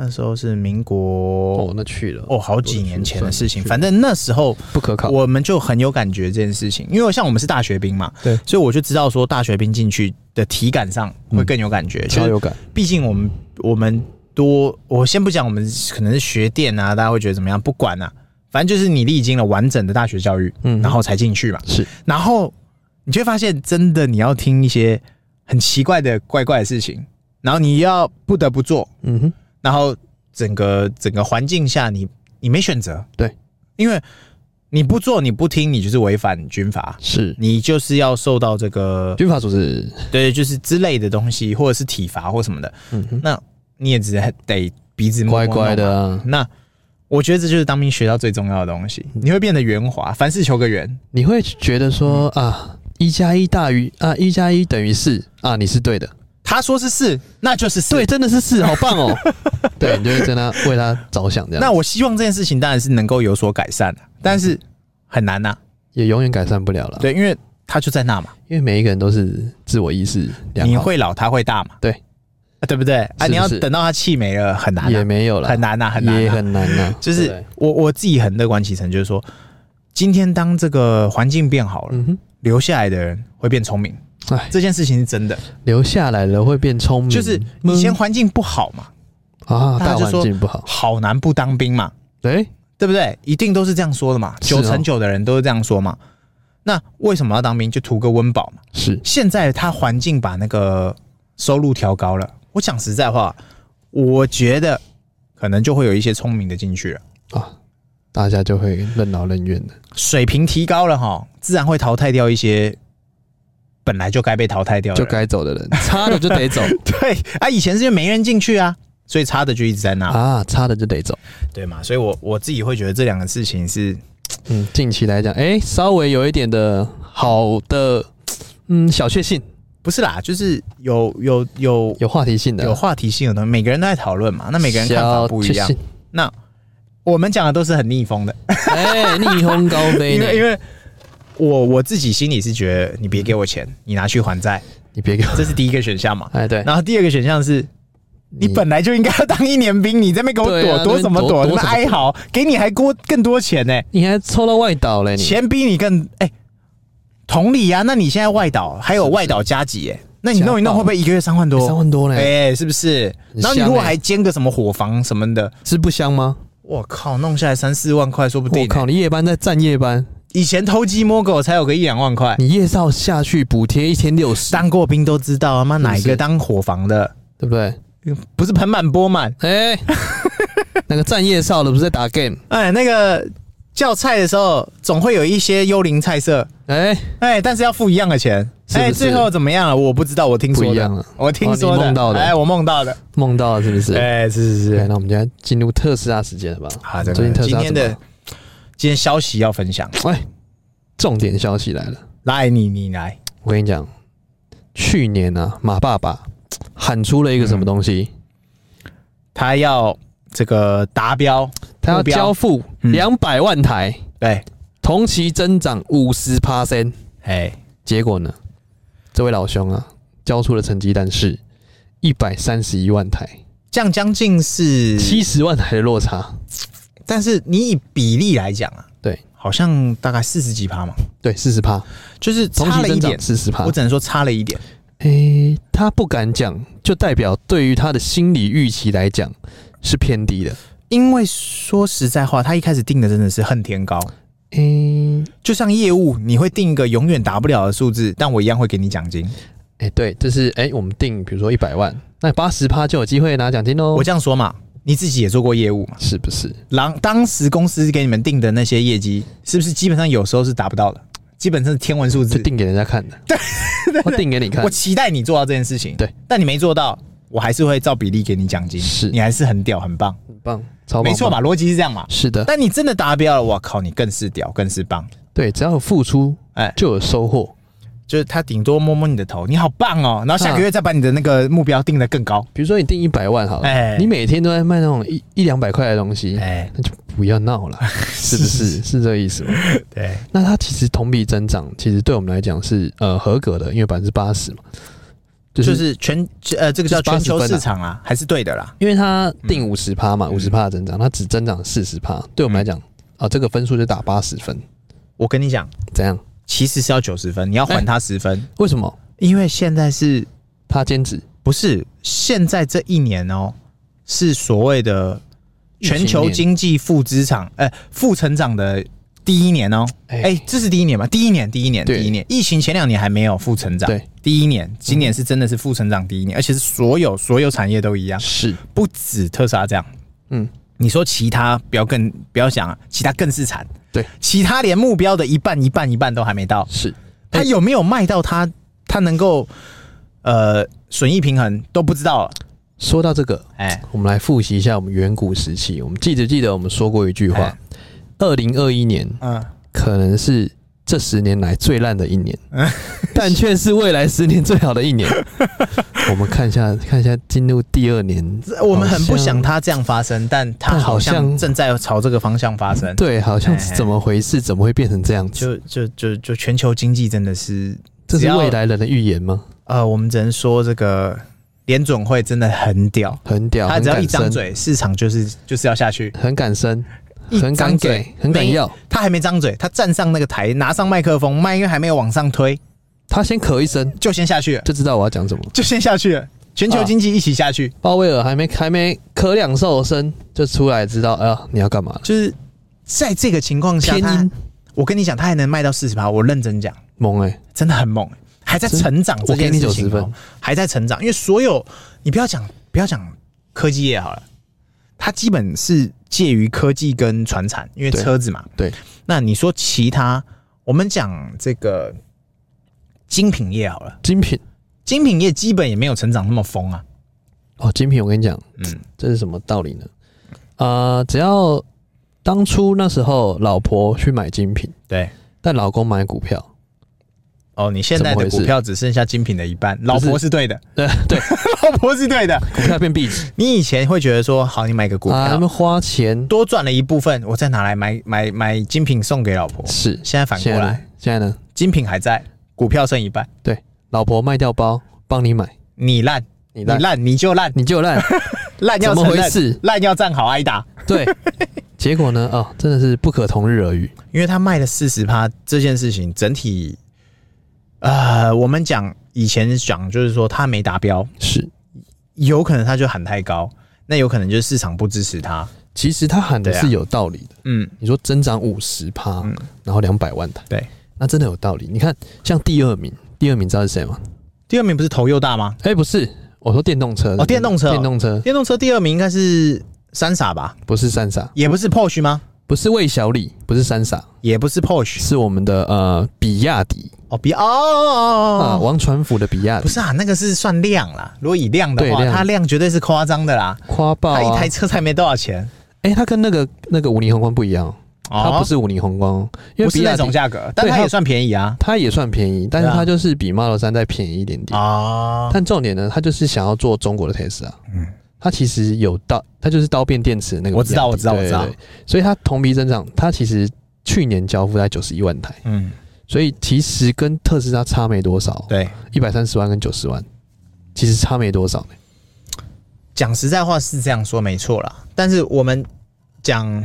Speaker 2: 那时候是民国
Speaker 1: 哦，那去了，
Speaker 2: 哦，好几年前的事情。
Speaker 1: 算
Speaker 2: 反正那时候
Speaker 1: 不可靠。
Speaker 2: 我们就很有感觉这件事情，因为像我们是大学兵嘛，
Speaker 1: 对
Speaker 2: 所以我就知道说大学兵进去的体感上会更有感觉，就
Speaker 1: 超
Speaker 2: 是
Speaker 1: 有感，
Speaker 2: 毕竟我们我们多，我先不讲我们可能是学电啊，大家会觉得怎么样？不管啊，反正就是你历经了完整的大学教育，
Speaker 1: 嗯
Speaker 2: 然后才进去嘛。
Speaker 1: 是
Speaker 2: 然后你就会发现，真的你要听一些很奇怪的、怪怪的事情，然后你要不得不做，
Speaker 1: 嗯哼，
Speaker 2: 然后整个整个环境下你，你没选择，
Speaker 1: 对，
Speaker 2: 因为你不做、你不听，你就是违反军法，
Speaker 1: 是
Speaker 2: 你就是要受到这个
Speaker 1: 军法组织，
Speaker 2: 对，就是之类的东西，或者是体罚或什么的，
Speaker 1: 嗯哼，
Speaker 2: 那你也只得鼻子摸
Speaker 1: 乖
Speaker 2: 摸弄
Speaker 1: 乖的、啊，
Speaker 2: 那。我觉得这就是当兵学到最重要的东西，
Speaker 1: 嗯
Speaker 2: 你会变得圆滑，凡事求个圆。
Speaker 1: 你会觉得说
Speaker 2: 嗯
Speaker 1: 啊，一加一大于啊，一加一等于四啊，你是对的，
Speaker 2: 他说是是，那就是是。
Speaker 1: 对，真的是四，好棒 哦，对，你就会真的为他着想，这样，
Speaker 2: 那我希望这件事情当然是能够有所改善的，但是很难呐、
Speaker 1: 也永远改善不了了，，
Speaker 2: 对，因为它就在那嘛，
Speaker 1: 因为每一个人都是自我意识良
Speaker 2: 你
Speaker 1: 好，
Speaker 2: 会老，它会大嘛，
Speaker 1: 对
Speaker 2: 啊对不对？啊，
Speaker 1: 是
Speaker 2: 你要
Speaker 1: 是
Speaker 2: 等到它气没了，很难、
Speaker 1: 也
Speaker 2: 啊，
Speaker 1: 没有了，
Speaker 2: 很难呐、很难、
Speaker 1: 也
Speaker 2: 啊。
Speaker 1: 很难呐， 对
Speaker 2: 就是我我自己很乐观其成，就是说，今天当这个环境变好了，
Speaker 1: 嗯哼，
Speaker 2: 留下来的人会变聪明，
Speaker 1: 哎，
Speaker 2: 这件事情是真的。
Speaker 1: 留下来了会变聪明，
Speaker 2: 就是
Speaker 1: 嗯
Speaker 2: 以前环境不好嘛，
Speaker 1: 啊，大
Speaker 2: 大家就
Speaker 1: 环
Speaker 2: 说
Speaker 1: 境不好，
Speaker 2: 好男不当兵嘛，
Speaker 1: 哎，
Speaker 2: 对不对？一定都是这样说的嘛，
Speaker 1: 是
Speaker 2: 九
Speaker 1: 哦
Speaker 2: 成九的人都是这样说嘛。那为什么要当兵？就图个温饱嘛。
Speaker 1: 是
Speaker 2: 现在他环境把那个收入调高了，我讲实在话，我觉得可能就会有一些聪明的进去了，
Speaker 1: 啊，大家就会任劳任怨的，
Speaker 2: 水平提高了哈，自然会淘汰掉一些本来就该被淘汰掉的
Speaker 1: 就
Speaker 2: 人。
Speaker 1: 该走的人，差的就得走
Speaker 2: 对啊，以前是因为没人进去啊，所以差的就一直在那，
Speaker 1: 啊，差的就得走。
Speaker 2: 对嘛？所以我我自己会觉得这两个事情是
Speaker 1: 嗯，近期来讲，哎、稍微有一点的好的，嗯，小确幸，
Speaker 2: 不是啦？就是有有有
Speaker 1: 有话题性的，
Speaker 2: 有话题性的东西，每个人都在讨论嘛，那每个人看法不一
Speaker 1: 小
Speaker 2: 样
Speaker 1: 确。幸。
Speaker 2: 那我们讲的都是很逆风的。
Speaker 1: 哎、逆风高飞
Speaker 2: 因为因
Speaker 1: 呢？
Speaker 2: 为我我自己心里是觉得，你别给我钱，你拿去还债，
Speaker 1: 你别给我。
Speaker 2: 这是第一个选项嘛。
Speaker 1: 哎，嗯对，
Speaker 2: 然后第二个选项是你本来就应该要当一年兵，你在那边给我
Speaker 1: 对啊
Speaker 2: 躲躲什么躲？
Speaker 1: 那边躲
Speaker 2: 你们
Speaker 1: 躲什么
Speaker 2: 哀嚎，给你还多更多钱呢、
Speaker 1: 你还抽到外岛嘞，你
Speaker 2: 钱比你更哎、同理啊，那你现在外岛还有外岛加急哎、那你弄一
Speaker 1: 家
Speaker 2: 弄
Speaker 1: 暴
Speaker 2: 会不会一个月三万多？
Speaker 1: 三万多嘞，
Speaker 2: 哎、是不是？
Speaker 1: 很
Speaker 2: 然后你如
Speaker 1: 香
Speaker 2: 果
Speaker 1: 欸
Speaker 2: 还兼个什么伙房什么的，
Speaker 1: 是不香吗？
Speaker 2: 我靠，弄下来三四万块说不定、欸
Speaker 1: 我靠，你夜班在站夜班，
Speaker 2: 以前偷鸡摸狗才有个一两万块，
Speaker 1: 你夜少下去补贴一千六十，
Speaker 2: 当过兵都知道啊，妈
Speaker 1: 是不是
Speaker 2: 哪一个当伙房的？
Speaker 1: 对不对？
Speaker 2: 不是盆满钵满，
Speaker 1: 哎、 那个站夜少的不是在打 game？
Speaker 2: 哎，那个叫菜的时候总会有一些幽灵菜色，
Speaker 1: 哎、
Speaker 2: 哎，但是要付一样的钱，
Speaker 1: 是不
Speaker 2: 哎，
Speaker 1: 是
Speaker 2: 最后怎么样了？我不知道，我听说的
Speaker 1: 不一样了
Speaker 2: 我听说
Speaker 1: 哦你梦到的
Speaker 2: 哎，我梦到的，
Speaker 1: 梦到了是不是？
Speaker 2: 哎，是是
Speaker 1: 对，
Speaker 2: 是，
Speaker 1: 那我们今天进入特斯拉时间了吧？
Speaker 2: 好，这
Speaker 1: 最近
Speaker 2: 个
Speaker 1: 特斯
Speaker 2: 今
Speaker 1: 拉
Speaker 2: 天
Speaker 1: 怎么
Speaker 2: 的
Speaker 1: 了？
Speaker 2: 今天消息要分享，
Speaker 1: 哎，重点消息来了，
Speaker 2: 来你你来，
Speaker 1: 我跟你讲，去年啊，马爸爸喊出了一个
Speaker 2: 嗯
Speaker 1: 什么东西？
Speaker 2: 他要这个达标，哎
Speaker 1: 他要
Speaker 2: 目标
Speaker 1: 交付
Speaker 2: 嗯
Speaker 1: 两百万台，
Speaker 2: 对，
Speaker 1: 同期增长五十 percent。
Speaker 2: 哎，
Speaker 1: 结果呢，这位老兄啊，交出的成绩单是一百三十一万台，
Speaker 2: 这样将近是
Speaker 1: 七十万台的落差。
Speaker 2: 但是你以比例来讲啊，
Speaker 1: 对，
Speaker 2: 好像大概四十几趴嘛，
Speaker 1: 对，四十趴，
Speaker 2: 就是
Speaker 1: 同期
Speaker 2: 差了一
Speaker 1: 增
Speaker 2: 点
Speaker 1: 长，四十趴
Speaker 2: 我。只能说差了一点。
Speaker 1: 诶、他不敢讲，就代表对于他的心理预期来讲是偏低的。
Speaker 2: 因为说实在话，他一开始定的真的是恨天高，
Speaker 1: 诶、
Speaker 2: 就像业务，你会定一个永远达不了的数字，但我一样会给你奖金。
Speaker 1: 诶、对，就是诶、我们定比如说一百万，那八十趴就有机会拿奖金喽
Speaker 2: 我。这样说嘛，你自己也做过业务嘛，
Speaker 1: 是不是？
Speaker 2: 当当时公司给你们定的那些业绩，是不是基本上有时候是达不到的？基本上是天文数
Speaker 1: 就
Speaker 2: 字。
Speaker 1: 定给人家看 的。对，我定给你看
Speaker 2: 我。期待你做到这件事情，
Speaker 1: 对，
Speaker 2: 但你没做到，我还是会照比例给你奖金，
Speaker 1: 是
Speaker 2: 你还是很屌，很棒，
Speaker 1: 很棒，超棒，
Speaker 2: 没错
Speaker 1: 棒？
Speaker 2: 吧？逻辑是这样嘛？
Speaker 1: 是的，
Speaker 2: 但你真的达标了，我靠，你更是屌，更是棒。
Speaker 1: 对，只要有付出，
Speaker 2: 哎
Speaker 1: 就有收获。
Speaker 2: 就是他顶多摸摸你的头，你好棒哦，然后下个月再把你的那个目标定得更高。
Speaker 1: 比如说你定一百万好了，
Speaker 2: 哎
Speaker 1: 你每天都在卖那种一一两百块的东西，
Speaker 2: 哎，
Speaker 1: 那就不要闹 了，是不是？是这个意思吗？
Speaker 2: 对，
Speaker 1: 那它其实同比增长，其实对我们来讲是呃合格的，因为百分之八十嘛，就、
Speaker 2: 就是是全呃这个叫全球市场啊，还是对的啦。
Speaker 1: 因为它定
Speaker 2: 嗯
Speaker 1: 五十趴嘛，五十趴的增长，它只增长四十趴，对我们来
Speaker 2: 嗯
Speaker 1: 讲啊、这个分数就打八十分，
Speaker 2: 我跟你讲，
Speaker 1: 怎样？
Speaker 2: 其实是要九十分，你要还他十分，
Speaker 1: 为什么
Speaker 2: 因为现在是
Speaker 1: 它坚持
Speaker 2: 不是现在这一年哦，是所谓的全球经济负资产呃负成长的第一年哦。
Speaker 1: 哎
Speaker 2: 哎、这是第一年吧？第一年，第一年，第
Speaker 1: 对
Speaker 2: 一年。疫情前两年还没有负成长，
Speaker 1: 对，
Speaker 2: 第一年，今
Speaker 1: 嗯
Speaker 2: 年是真的是负成长第一年，而且是所有所有产业都一样，
Speaker 1: 是
Speaker 2: 不止特斯拉这样。
Speaker 1: 嗯，
Speaker 2: 你说其他不要更不要想啊，其他更是惨。
Speaker 1: 对，
Speaker 2: 其他连目标的一半一半一半都还没到，
Speaker 1: 是
Speaker 2: 他有没有卖到他他能够呃损益平衡都不知道啊了。
Speaker 1: 说到这个，
Speaker 2: 哎，
Speaker 1: 我们来复习一下我们远古时期，我们记不记得我们说过一句话
Speaker 2: 哎？
Speaker 1: 二零二一年
Speaker 2: 嗯，
Speaker 1: 可能是这十年来最烂的一年，
Speaker 2: 哎
Speaker 1: 但却是未来十年最好的一 年。我们看一下，看一下进入第二年，
Speaker 2: 我们很不
Speaker 1: 好像
Speaker 2: 想它这样发生，但它
Speaker 1: 但好
Speaker 2: 好像
Speaker 1: 像
Speaker 2: 正在朝这个方向发生。
Speaker 1: 对，好像是怎么回事？怎么会变成这样子？
Speaker 2: 哎就就就就全球经济真的是，
Speaker 1: 这
Speaker 2: 只
Speaker 1: 是
Speaker 2: 要
Speaker 1: 未来人的预言吗？
Speaker 2: 呃，我们只能说这个联准会真的很屌，
Speaker 1: 很屌，啊
Speaker 2: 他
Speaker 1: 很
Speaker 2: 只要一
Speaker 1: 敢
Speaker 2: 张
Speaker 1: 升，
Speaker 2: 嘴，市场就是就是要下去。
Speaker 1: 很敢升，
Speaker 2: 一
Speaker 1: 很敢
Speaker 2: 张嘴
Speaker 1: 给，很敢
Speaker 2: 没
Speaker 1: 要。
Speaker 2: 他还没张嘴，他站上那个台，拿上麦克风，麦因为还没有往上推，
Speaker 1: 他先咳一声
Speaker 2: 就先下去了，
Speaker 1: 就知道我要讲什么。
Speaker 2: 就先下去了。全
Speaker 1: 啊
Speaker 2: 球经济一起下去，
Speaker 1: 鲍威尔还没还没咳两首声就出来，知道哎呀你要干嘛了？
Speaker 2: 就是在这个情况下，
Speaker 1: 天
Speaker 2: 他
Speaker 1: 阴
Speaker 2: 我跟你讲，他还能卖到四十趴，我认真讲，
Speaker 1: 猛哎、
Speaker 2: 真的很猛，还在
Speaker 1: 真
Speaker 2: 成长这
Speaker 1: 我给
Speaker 2: 件
Speaker 1: 你
Speaker 2: 事情、
Speaker 1: 90分
Speaker 2: 哦，还在成长，因为所有你不要讲不要讲科技业好了，它基本是介于科技跟船产，因为
Speaker 1: 对
Speaker 2: 车子嘛。
Speaker 1: 对，
Speaker 2: 那你说其他，我们讲这个精品业好了，
Speaker 1: 精品
Speaker 2: 精品业基本也没有成长那么疯啊。
Speaker 1: 哦，精品我跟你讲，
Speaker 2: 嗯，
Speaker 1: 这是什么道理呢？啊，只要当初那时候老婆去买精品，
Speaker 2: 对。
Speaker 1: 但老公买股票，
Speaker 2: 哦，你现
Speaker 1: 怎
Speaker 2: 在
Speaker 1: 么
Speaker 2: 的
Speaker 1: 回事
Speaker 2: 股票只剩下精品的一半，老婆是对的，
Speaker 1: 对 对，
Speaker 2: 老婆是对的。
Speaker 1: 股票变壁纸
Speaker 2: 你以前会觉得说，好，你买个股
Speaker 1: 啊，他们
Speaker 2: 票，
Speaker 1: 花钱
Speaker 2: 多赚了一部分，我再拿来买买买精品送给老婆。
Speaker 1: 是
Speaker 2: 现在反过
Speaker 1: 现在
Speaker 2: 来
Speaker 1: 呢，现在呢，
Speaker 2: 精品还在，股票剩一半。
Speaker 1: 对，老婆卖掉包，帮你买，
Speaker 2: 你烂，
Speaker 1: 你
Speaker 2: 你
Speaker 1: 烂
Speaker 2: 烂，你就烂，
Speaker 1: 你就 烂，
Speaker 2: 烂要
Speaker 1: 怎么
Speaker 2: 承
Speaker 1: 回
Speaker 2: 认
Speaker 1: 事
Speaker 2: 烂要站好挨打。
Speaker 1: 对。结果呢？哦，真的是不可同日而语。
Speaker 2: 因为他卖了四十趴这件事情，整体，呃，我们讲以前讲就是说他没达标，
Speaker 1: 是，
Speaker 2: 有可能他就喊太高，那有可能就是市场不支持他。
Speaker 1: 其实他喊的
Speaker 2: 对啊
Speaker 1: 是有道理的。
Speaker 2: 嗯，
Speaker 1: 你说增长五十趴
Speaker 2: 嗯，
Speaker 1: 然后两百万台，
Speaker 2: 对。
Speaker 1: 那真的有道理。你看，像第二名，第二名知道是谁吗？
Speaker 2: 第二名不是头又大吗？
Speaker 1: 哎、不是，我说电动车
Speaker 2: 哦电动车哦
Speaker 1: 电动车
Speaker 2: 电动车第二名应该是三傻吧？
Speaker 1: 不是三傻，
Speaker 2: 也不是 Porsche 吗？
Speaker 1: 不是魏小李，不是三傻，
Speaker 2: 也不是 Porsche
Speaker 1: 是我们的呃比亚迪
Speaker 2: 哦，比哦
Speaker 1: 啊、
Speaker 2: 哦哦哦
Speaker 1: 王传福的比亚
Speaker 2: 不
Speaker 1: 迪，
Speaker 2: 是啊，那个是算量啦。如果以量的话，
Speaker 1: 对量
Speaker 2: 它量绝对是夸张的啦。
Speaker 1: 夸爆
Speaker 2: 它一
Speaker 1: 啊
Speaker 2: 台！车才没多少钱，
Speaker 1: 哎、它跟那个那个五菱宏光不一样哦，它
Speaker 2: 哦
Speaker 1: 不，是五菱宏光哦，因为
Speaker 2: 不是
Speaker 1: 比
Speaker 2: 那
Speaker 1: 亚
Speaker 2: 种
Speaker 1: 迪
Speaker 2: 价格，但
Speaker 1: 对
Speaker 2: 它
Speaker 1: 它
Speaker 2: 也算便宜啊。
Speaker 1: 它也算便宜，但是
Speaker 2: 对啊
Speaker 1: 它就是比 Model 三再便宜一点点。
Speaker 2: 啊，
Speaker 1: 但重点呢，它就是想要做中国的 Tesla。嗯，它其实有刀，它就是刀变电池的那个
Speaker 2: 我
Speaker 1: 比
Speaker 2: 知
Speaker 1: 亚迪。
Speaker 2: 道我知道
Speaker 1: 对
Speaker 2: 我知道
Speaker 1: 对对所以它同比增长，它其实去年交付在九十一万台，
Speaker 2: 嗯，
Speaker 1: 所以其实跟特斯拉差没多少，
Speaker 2: 对，
Speaker 1: 一百三十万跟九十万，其实差没多少呢。
Speaker 2: 讲实在话是这样说没错啦，但是我们讲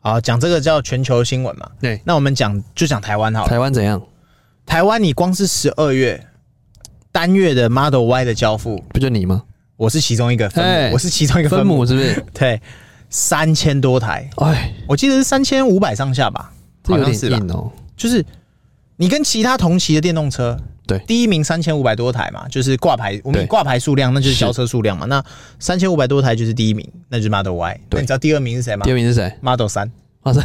Speaker 2: 啊讲这个叫全球新闻嘛，
Speaker 1: 对，
Speaker 2: 那我们讲就讲台湾好了。
Speaker 1: 哎台湾怎样？
Speaker 2: 台湾你光是十二月单月的 Model Y 的交付，
Speaker 1: 不就你吗？
Speaker 2: 我是其中一个分母，
Speaker 1: 哎
Speaker 2: 我是其中一个
Speaker 1: 分
Speaker 2: 分母，
Speaker 1: 母是不 是？
Speaker 2: 对，三千多台，
Speaker 1: 哎，
Speaker 2: 我记得是三千五百上下吧，
Speaker 1: 这
Speaker 2: 好
Speaker 1: 有
Speaker 2: 像
Speaker 1: 点
Speaker 2: 是吧？
Speaker 1: 硬哦。
Speaker 2: 就是你跟其他同期的电动车，
Speaker 1: 对
Speaker 2: 第一名三千五百多台嘛，就是挂牌，我们
Speaker 1: 对
Speaker 2: 以挂牌数量那就是
Speaker 1: 是
Speaker 2: 交车数量嘛。那三千五百多台就是第一名，那就是 Model Y。那
Speaker 1: 对
Speaker 2: 你知道第二名是谁吗
Speaker 1: 第二名是谁？
Speaker 2: ？Model 三，
Speaker 1: 哇 塞！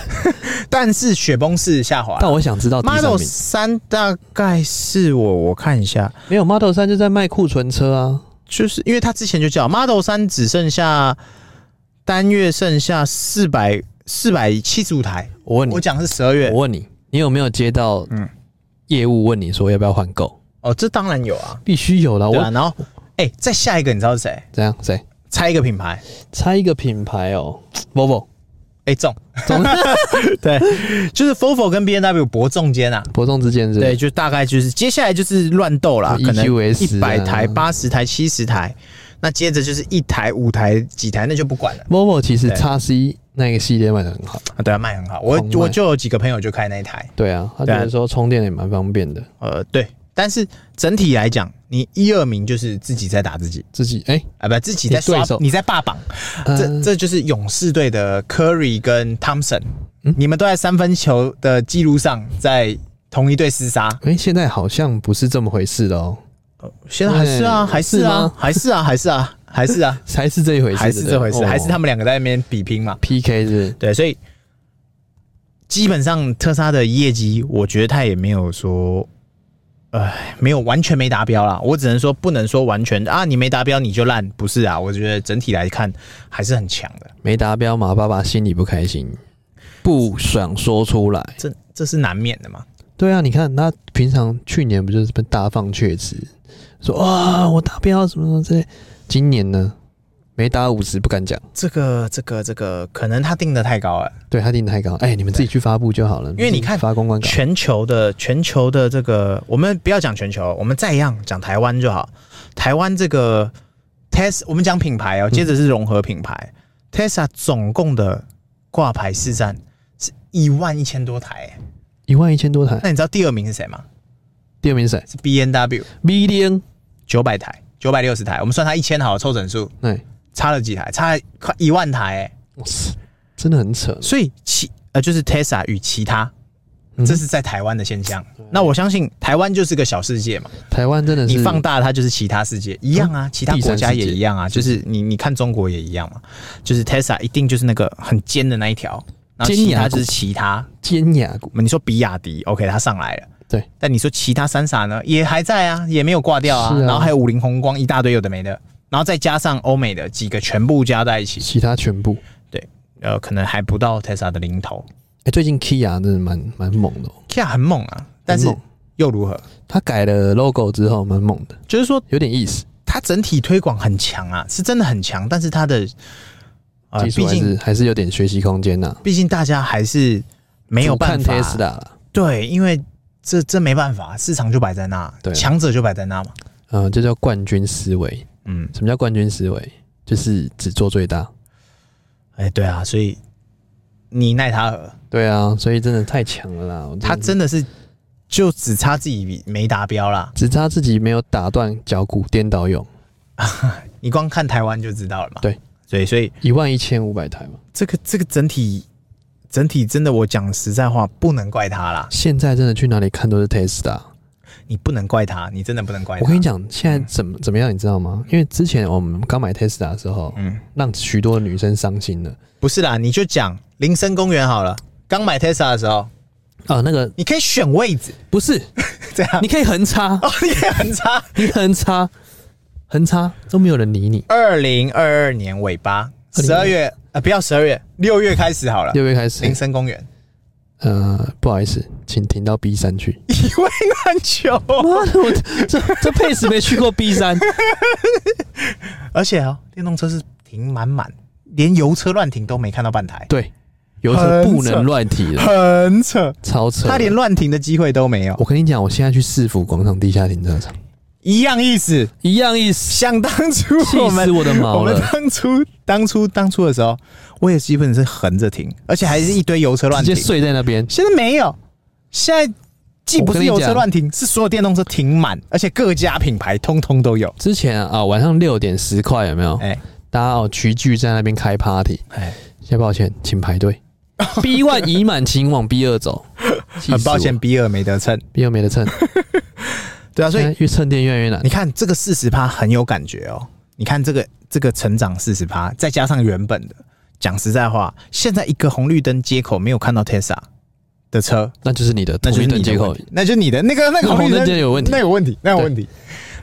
Speaker 2: 但是雪崩式下滑。
Speaker 1: 但我想知道第三
Speaker 2: Model
Speaker 1: 名。
Speaker 2: 三大概是我我看一下，
Speaker 1: 没有 Model 三就在卖库存车啊。
Speaker 2: 就是因为它之前就叫 Model 三，只剩下单月剩下四百四百七十五台。
Speaker 1: 我问你
Speaker 2: 我，讲的是十二月
Speaker 1: 我问你，你有没有接到
Speaker 2: 嗯
Speaker 1: 业务问你说要不要换购？
Speaker 2: 哦，这当然有啊，
Speaker 1: 必须有啦，
Speaker 2: 对
Speaker 1: 我
Speaker 2: 啊。然后，哎、再下一个你知道是谁？
Speaker 1: 怎样？谁？
Speaker 2: 猜一个品牌，
Speaker 1: 猜一个品牌哦，Volvo，
Speaker 2: 哎、中。
Speaker 1: 总
Speaker 2: 对，就是 Fofo 跟 B N W 搏中间啊。
Speaker 1: 伯仲之间是不
Speaker 2: 对，
Speaker 1: 是
Speaker 2: 就大概就是接下来就是乱斗啦，
Speaker 1: 就
Speaker 2: 可能
Speaker 1: EQS
Speaker 2: 一百
Speaker 1: 啊
Speaker 2: 台、八十台、七十台，那接着就是一台、五台、几台，那就不管了。
Speaker 1: Volvo 其实
Speaker 2: 对
Speaker 1: x C 那个系列卖的很好，
Speaker 2: 啊，对啊，卖很好，我
Speaker 1: 狂卖
Speaker 2: 我就有几个朋友就开那一台，
Speaker 1: 对啊，他觉
Speaker 2: 对啊
Speaker 1: 得说充电也蛮方便的，
Speaker 2: 呃，对，但是整体来讲，你一二名就是自己在打自己
Speaker 1: 自己哎，
Speaker 2: 啊，不，自己在刷
Speaker 1: 你对，手
Speaker 2: 你在霸榜，这
Speaker 1: 呃
Speaker 2: 这就是勇士队的 Curry 跟 Thompson，、
Speaker 1: 嗯
Speaker 2: 你们都在三分球的记录上在同一队厮杀，
Speaker 1: 哎，现在好像不是这么回事了哦，
Speaker 2: 现在还是啊，
Speaker 1: 对
Speaker 2: 还是
Speaker 1: 是
Speaker 2: 啊
Speaker 1: 吗，
Speaker 2: 还是啊，还是啊，还是啊，
Speaker 1: 还是这一回事，哦
Speaker 2: 还是这回事，还是他
Speaker 1: 们
Speaker 2: 们两个在那边比拼嘛。
Speaker 1: PK 是不是
Speaker 2: 对，所以基本上特斯拉的业绩，我觉得他也没有说，哎，没有完全没达标啦。我只能说，不能说完全啊，你没达标你就烂，不是啊？我觉得整体来看还是很强的。
Speaker 1: 没达标，马爸爸心里不开心，不想说出来。
Speaker 2: 这这是难免的嘛。
Speaker 1: 对啊，你看他平常去年不就是被大放厥词，说啊我达标什么什么之类，今年呢没达五十不敢讲，
Speaker 2: 这个这个这个，可能他定的太高啊了。
Speaker 1: 对他定的太高，哎、你们自己去发布就好了，
Speaker 2: 因为你看
Speaker 1: 自己发公关稿，
Speaker 2: 全球的全球的这个，我们不要讲全球，我们再一样讲台湾就好。台湾这个 Tesla，我们讲品牌哦，接着是融合品牌、Tesla 总共的挂牌市占是一万一千多台耶。
Speaker 1: 一万一千多台，
Speaker 2: 那你知道第二名是谁吗？
Speaker 1: 第二名是谁
Speaker 2: 是 B N W
Speaker 1: ？B D N，
Speaker 2: 九百台，九百六十台，我们算它一千好了，凑整数
Speaker 1: 哎、
Speaker 2: 差了几台？差了快一万台欸耶。
Speaker 1: 哇塞，真的很扯，
Speaker 2: 所以其呃就是 Tesla 与其他。
Speaker 1: 嗯
Speaker 2: 这是在台湾的现象，那我相信台湾就是个小世界嘛，
Speaker 1: 台湾真的是嗯
Speaker 2: 你放大它就是其他世界一样啊，其他国家也一样啊，就是你你看中国也一样嘛，就是 Tesla 一定就是那个很尖的那一条，然后
Speaker 1: 尖
Speaker 2: 其
Speaker 1: 牙
Speaker 2: 他
Speaker 1: 股
Speaker 2: 就是其他。
Speaker 1: 尖牙股，
Speaker 2: 你说比亚迪，OK，它上来了，
Speaker 1: 对，
Speaker 2: 但你说其他三傻呢，也还在啊，也没有挂掉啊，
Speaker 1: 是啊
Speaker 2: 然后还有五菱宏光一大堆有的没的，然后再加上欧美的几个全部加在一起，
Speaker 1: 其他全部，
Speaker 2: 呃，可能还不到 Tesla 的零头。
Speaker 1: 哎、最近 Kia 真的蛮蛮猛的、哦，
Speaker 2: Kia 很猛啊，但是
Speaker 1: 很猛
Speaker 2: 又如何？
Speaker 1: 他改了 logo 之后蛮猛的，
Speaker 2: 就是说
Speaker 1: 有点意思，
Speaker 2: 它整体推广很强啊，是真的很强，但是它的呃，
Speaker 1: 技术
Speaker 2: 毕
Speaker 1: 还
Speaker 2: 竟
Speaker 1: 是还是有点学习空间呐、
Speaker 2: 毕竟大家还是没有办法
Speaker 1: 主看 Tesla 啦。
Speaker 2: 对，因为这这没办法，市场就摆在那，
Speaker 1: 对啊
Speaker 2: 强者就摆在那嘛。
Speaker 1: 嗯、这叫冠军思维。
Speaker 2: 嗯，
Speaker 1: 什么叫冠军思维？就是只做最大。
Speaker 2: 哎、对啊，所以你奈他何？
Speaker 1: 对啊，所以真的太强了啦！我
Speaker 2: 他
Speaker 1: 的
Speaker 2: 真的是就只差自己没达标啦。
Speaker 1: 只差自己没有打断脚骨颠倒泳，
Speaker 2: 你光看台湾就知道了嘛。
Speaker 1: 对，
Speaker 2: 所以所以
Speaker 1: 一万一千五百台嘛。
Speaker 2: 这个这个整体整体真的，我讲实在话，不能怪他啦，
Speaker 1: 现在真的去哪里看都是 Tesla。
Speaker 2: 你不能怪他，你真的不能怪他。
Speaker 1: 我跟你，讲，现在怎么怎么样，你知道吗？因为之前我们刚买 Tesla 的时候，
Speaker 2: 嗯，
Speaker 1: 让许多女生伤心了。
Speaker 2: 不是啦，你就讲林森公园好了。刚买 Tesla 的时候，
Speaker 1: 啊、那个
Speaker 2: 你可以选位置，
Speaker 1: 不是，
Speaker 2: 这样
Speaker 1: 你可以横插，
Speaker 2: 哦，你也很差。
Speaker 1: 你横插，横插都没有人理你。
Speaker 2: 二零二二年尾巴，十二月呃，不要十二月，六月开始好了。
Speaker 1: 六月开
Speaker 2: 林
Speaker 1: 始，
Speaker 2: 森公 园，
Speaker 1: 呃，不好意思，请停到 B 三 去。
Speaker 2: 一位难求。
Speaker 1: 妈的， 我这这配置没去过 B 三，
Speaker 2: 而且哦，电动车是停满满，连油车乱停都没看到半台，
Speaker 1: 对，有车不能乱提的，
Speaker 2: 很扯，
Speaker 1: 超扯。
Speaker 2: 他连乱停的机会都没有，
Speaker 1: 我跟你讲，我现在去市府广场地下停车场，
Speaker 2: 一样意思。
Speaker 1: 一样意思，
Speaker 2: 想当初
Speaker 1: 气
Speaker 2: 我们
Speaker 1: 死我的毛
Speaker 2: 们
Speaker 1: 了。
Speaker 2: 当初当初当初的时候，我也基本是横着停，而且还是一堆油车乱
Speaker 1: 直接
Speaker 2: 停。
Speaker 1: 睡在那边，
Speaker 2: 现在没有，现在既不
Speaker 1: 我
Speaker 2: 是
Speaker 1: 跟你
Speaker 2: 油车
Speaker 1: 讲
Speaker 2: 乱停，是所有电动车停满，而且各家品牌通通都有。
Speaker 1: 之前啊，啊晚上六点十块有没有？
Speaker 2: 哎
Speaker 1: 大家哦齐聚在那边开 party，
Speaker 2: 哎，
Speaker 1: 先抱歉，请排 队。B one 已满，请往 B 二走。气死我
Speaker 2: 很抱歉比尔没得称。
Speaker 1: ，B 二没得蹭，
Speaker 2: 对啊，所以
Speaker 1: 现在越蹭店越来越难
Speaker 2: 你。看这个四十趴很有感觉哦。你看这个这个成长四十趴，再加上原本的，讲实在话，现在一个红绿灯接口没有看到 Tesla 的车，
Speaker 1: 那就是你的
Speaker 2: 那就
Speaker 1: 红
Speaker 2: 是
Speaker 1: 绿灯
Speaker 2: 你的
Speaker 1: 接口
Speaker 2: 问题，那就是你的那个那个
Speaker 1: 那
Speaker 2: 红绿
Speaker 1: 红灯
Speaker 2: 灯
Speaker 1: 接有问题
Speaker 2: 那有问题，那有问题。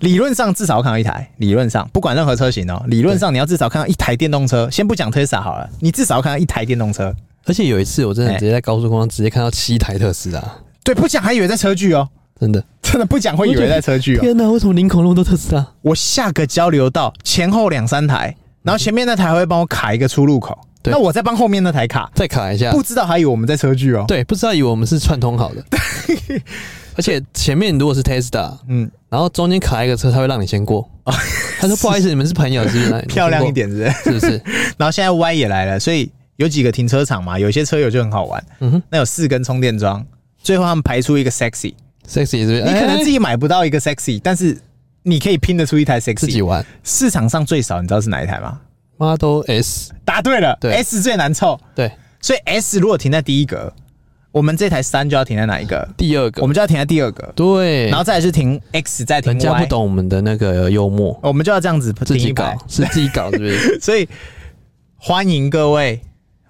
Speaker 2: 理论上至少要看到一台，理论上不管任何车型哦，理论上你要至少看到一台电动车。先不讲 Tesla 好了，你至少要看到一台电动车。
Speaker 1: 而且有一次，我真的
Speaker 2: 哎
Speaker 1: 直接在高速公路上直接看到七台特斯拉，
Speaker 2: 对，不讲还以为在车距哦，
Speaker 1: 真的。
Speaker 2: 真的不讲会以为在车距哦。
Speaker 1: 天哪，为什么林口那么多特斯拉？
Speaker 2: 我下个交流道前后两三台，然后前面那台会帮我卡一个出入口，
Speaker 1: 对
Speaker 2: 那我再帮后面那台卡，
Speaker 1: 再卡一下，
Speaker 2: 不知道还以为我们在车距哦。，
Speaker 1: 对，不知道以为我们是串通好 的。而且前面如果是 Tesla，
Speaker 2: 嗯，哦
Speaker 1: 然后中间卡一个车，他会让你先过。他说：“不好意思，你们是朋友，是不是？
Speaker 2: 漂亮一，点是不
Speaker 1: 是不
Speaker 2: 是。
Speaker 1: 是？
Speaker 2: 然后现在 Y 也来了，所以有几个停车场嘛，有些车友就很好玩。
Speaker 1: 嗯哼
Speaker 2: 那有四根充电桩，最后他们排出一个 sexy，
Speaker 1: ，sexy 是不是？
Speaker 2: 你可能
Speaker 1: 哎
Speaker 2: 自己买不到一个 sexy，但是你可以拼得出一台
Speaker 1: 自己
Speaker 2: sexy。
Speaker 1: 玩
Speaker 2: 市场上最少，你知道是哪一台吗？
Speaker 1: Model S，
Speaker 2: 答对了
Speaker 1: 对
Speaker 2: ，S 最难凑，
Speaker 1: 对，
Speaker 2: 所以 S 如果停在第一格，我们这台三就要停在哪一个？
Speaker 1: 第二个
Speaker 2: 我，们就要停在第二格。
Speaker 1: 对，
Speaker 2: 然后再来是停 X，再停
Speaker 1: 人家
Speaker 2: Y，
Speaker 1: 不懂我们的那个幽默，
Speaker 2: 我们就要这样子停
Speaker 1: 自
Speaker 2: 一
Speaker 1: 己
Speaker 2: 排
Speaker 1: 搞。是自己搞，是不是？
Speaker 2: 所以欢迎各位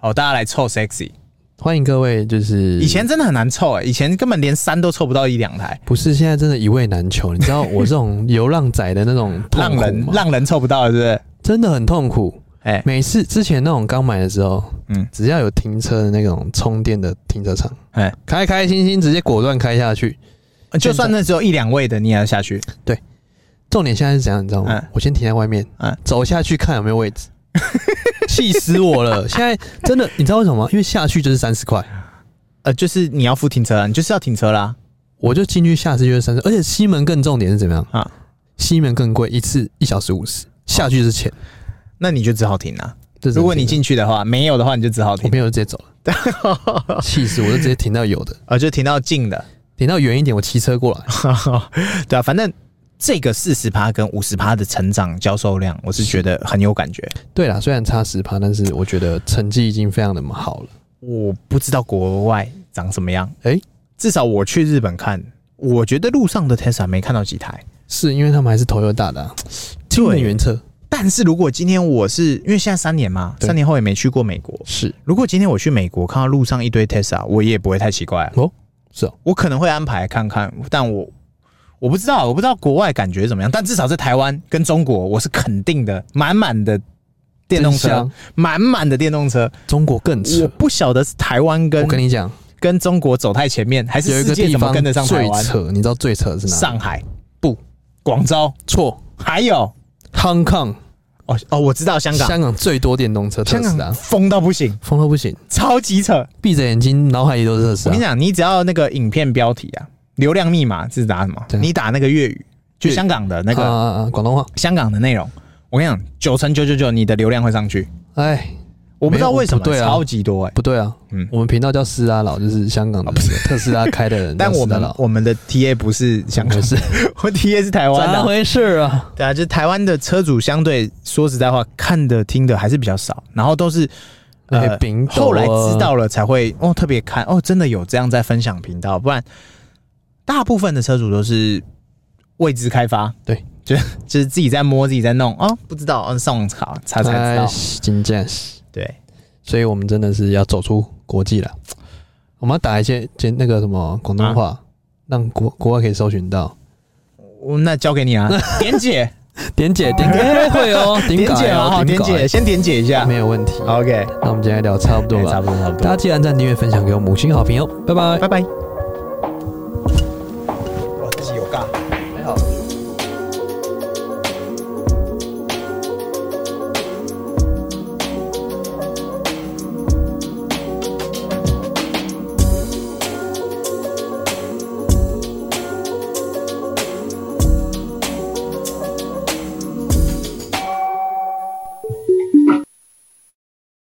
Speaker 2: 哦，大家来凑 sexy。
Speaker 1: 欢迎各位，就是
Speaker 2: 以前真的很难凑哎、以前根本连三都凑不到一两台，
Speaker 1: 不是现在真的一位难求，你知道我这种流浪仔的那种痛
Speaker 2: 浪
Speaker 1: 苦
Speaker 2: 人
Speaker 1: 吗？
Speaker 2: 浪人凑不到了，是不是？
Speaker 1: 真的很痛苦。
Speaker 2: 哎、
Speaker 1: 每次之前那种刚买的时候，
Speaker 2: 嗯
Speaker 1: 嗯，只要有停车的那种充电的停车场，
Speaker 2: 哎，
Speaker 1: 开开心心直接果断开下去。呃
Speaker 2: 就算那只有一两位的，你也要下去。
Speaker 1: 重点现在是怎样，你知道吗？
Speaker 2: 嗯
Speaker 1: 我先停在外面，
Speaker 2: 嗯
Speaker 1: 走下去看有没有位 置。气死我了！现在真的，你知道为什么吗？因为下去就是三十块，
Speaker 2: 呃，就是你要付停车啊，你就是要停车啦
Speaker 1: 我就进去下次就是三十，而且西门更重点是怎么样？
Speaker 2: 啊，
Speaker 1: 西门更贵，一次一小时五十，下去之前。
Speaker 2: 那你就只好停啦、
Speaker 1: 这是
Speaker 2: 如果你
Speaker 1: 停
Speaker 2: 进去的话，没有的话你就只好
Speaker 1: 我
Speaker 2: 停，
Speaker 1: 朋友就直接走了， 气死我！就直接停到有的，
Speaker 2: 呃，就停到近的。
Speaker 1: 停到远一点，我骑车过来。
Speaker 2: 对啊，反正这个四十趴跟五十趴的成长交售量，我是觉得很有感觉。
Speaker 1: 对啦，虽然差十趴，但是我觉得成绩已经非常的好了。
Speaker 2: 我不知道国外长什么样，
Speaker 1: 诶
Speaker 2: 至少我去日本看，我觉得路上的 Tesla 没看到几台。
Speaker 1: 是因为他们还是头又大的、啊，氢能源车
Speaker 2: 但是如果今天我是因为现在三年嘛，
Speaker 1: 对
Speaker 2: 三年后也没去过美国。
Speaker 1: 是
Speaker 2: 如果今天我去美国看到路上一堆 Tesla，我也不会太奇怪啊。
Speaker 1: 哦，是哦，
Speaker 2: 我可能会安排看看，但我我不知道，我不知道国外感觉怎么样。但至少在台湾跟中国，我是肯定的，满满的电动
Speaker 1: 真
Speaker 2: 车
Speaker 1: 香，
Speaker 2: 满满的电动车。
Speaker 1: 中国更
Speaker 2: 我
Speaker 1: 扯。
Speaker 2: 不晓得是台湾
Speaker 1: 我
Speaker 2: 跟
Speaker 1: 跟你讲，
Speaker 2: 跟中国走太前面，还
Speaker 1: 有
Speaker 2: 是
Speaker 1: 一
Speaker 2: 世
Speaker 1: 个
Speaker 2: 界
Speaker 1: 地
Speaker 2: 怎么
Speaker 1: 方
Speaker 2: 跟得上台
Speaker 1: 最
Speaker 2: 湾？
Speaker 1: 扯，啊你知道最扯的是哪？
Speaker 2: 上海
Speaker 1: 不
Speaker 2: 广州，
Speaker 1: 错
Speaker 2: 还有
Speaker 1: ，Hong Kong，
Speaker 2: 哦哦，我知道香港，
Speaker 1: 香港最多电动车啊特
Speaker 2: 香
Speaker 1: 斯
Speaker 2: 港
Speaker 1: 拉，
Speaker 2: 疯到不行，
Speaker 1: 疯到不行，
Speaker 2: 超级扯。
Speaker 1: 闭着眼睛脑海里都是特斯
Speaker 2: 我跟
Speaker 1: 拉
Speaker 2: 你。讲，你只要那个影片标题啊，流量密码是打什么？
Speaker 1: 对
Speaker 2: 你打那个粤语就香港的那
Speaker 1: 啊
Speaker 2: 个
Speaker 1: 啊啊广东话，
Speaker 2: 香港的内容，我跟你讲，九成九九九你的流量会上去，
Speaker 1: 哎，
Speaker 2: 我不知道
Speaker 1: 没有
Speaker 2: 为什么
Speaker 1: 不对啊
Speaker 2: 超级多哎、
Speaker 1: 不对啊，
Speaker 2: 嗯
Speaker 1: 我们频道叫斯拉佬，就是香港的特斯拉开的人叫
Speaker 2: 但我
Speaker 1: 斯拉
Speaker 2: 们
Speaker 1: 佬，
Speaker 2: 我们的 TA 不是香港
Speaker 1: 不，是
Speaker 2: 我 TA 是台湾的
Speaker 1: 咋
Speaker 2: 啊。
Speaker 1: 回事啊？
Speaker 2: 对啊，就是台湾的车主相对说实在话，看的听的还是比较少，然后都是
Speaker 1: 哎
Speaker 2: 呃
Speaker 1: 冰斗啊
Speaker 2: 后来知道了才会哦特别看哦，真的有这样在分享频道，不然大部分的车主都是未知开发，
Speaker 1: 对，
Speaker 2: 就 就是自己在摸自己在弄哦，不知道哦上网查查才知
Speaker 1: 哎
Speaker 2: 道，，
Speaker 1: 金剑士。
Speaker 2: 对，
Speaker 1: 所以我们真的是要走出国际了。我们要打一些简那个什么广东话，
Speaker 2: 啊
Speaker 1: 让国国外可以搜寻到。
Speaker 2: 我那交给 你啊，点解
Speaker 1: 点姐，点姐、哎会 哦，点
Speaker 2: 点解
Speaker 1: 解
Speaker 2: 啊，好
Speaker 1: 哦，
Speaker 2: 点
Speaker 1: 改
Speaker 2: 解先点解一下
Speaker 1: 没有问题。
Speaker 2: 好，OK，哎
Speaker 1: 那我们今天聊差不多
Speaker 2: 对差
Speaker 1: 了。
Speaker 2: 不多差不
Speaker 1: 大
Speaker 2: 多，
Speaker 1: 家记得按赞、订阅、分享给我们五星好评哦，拜拜
Speaker 2: 拜。拜。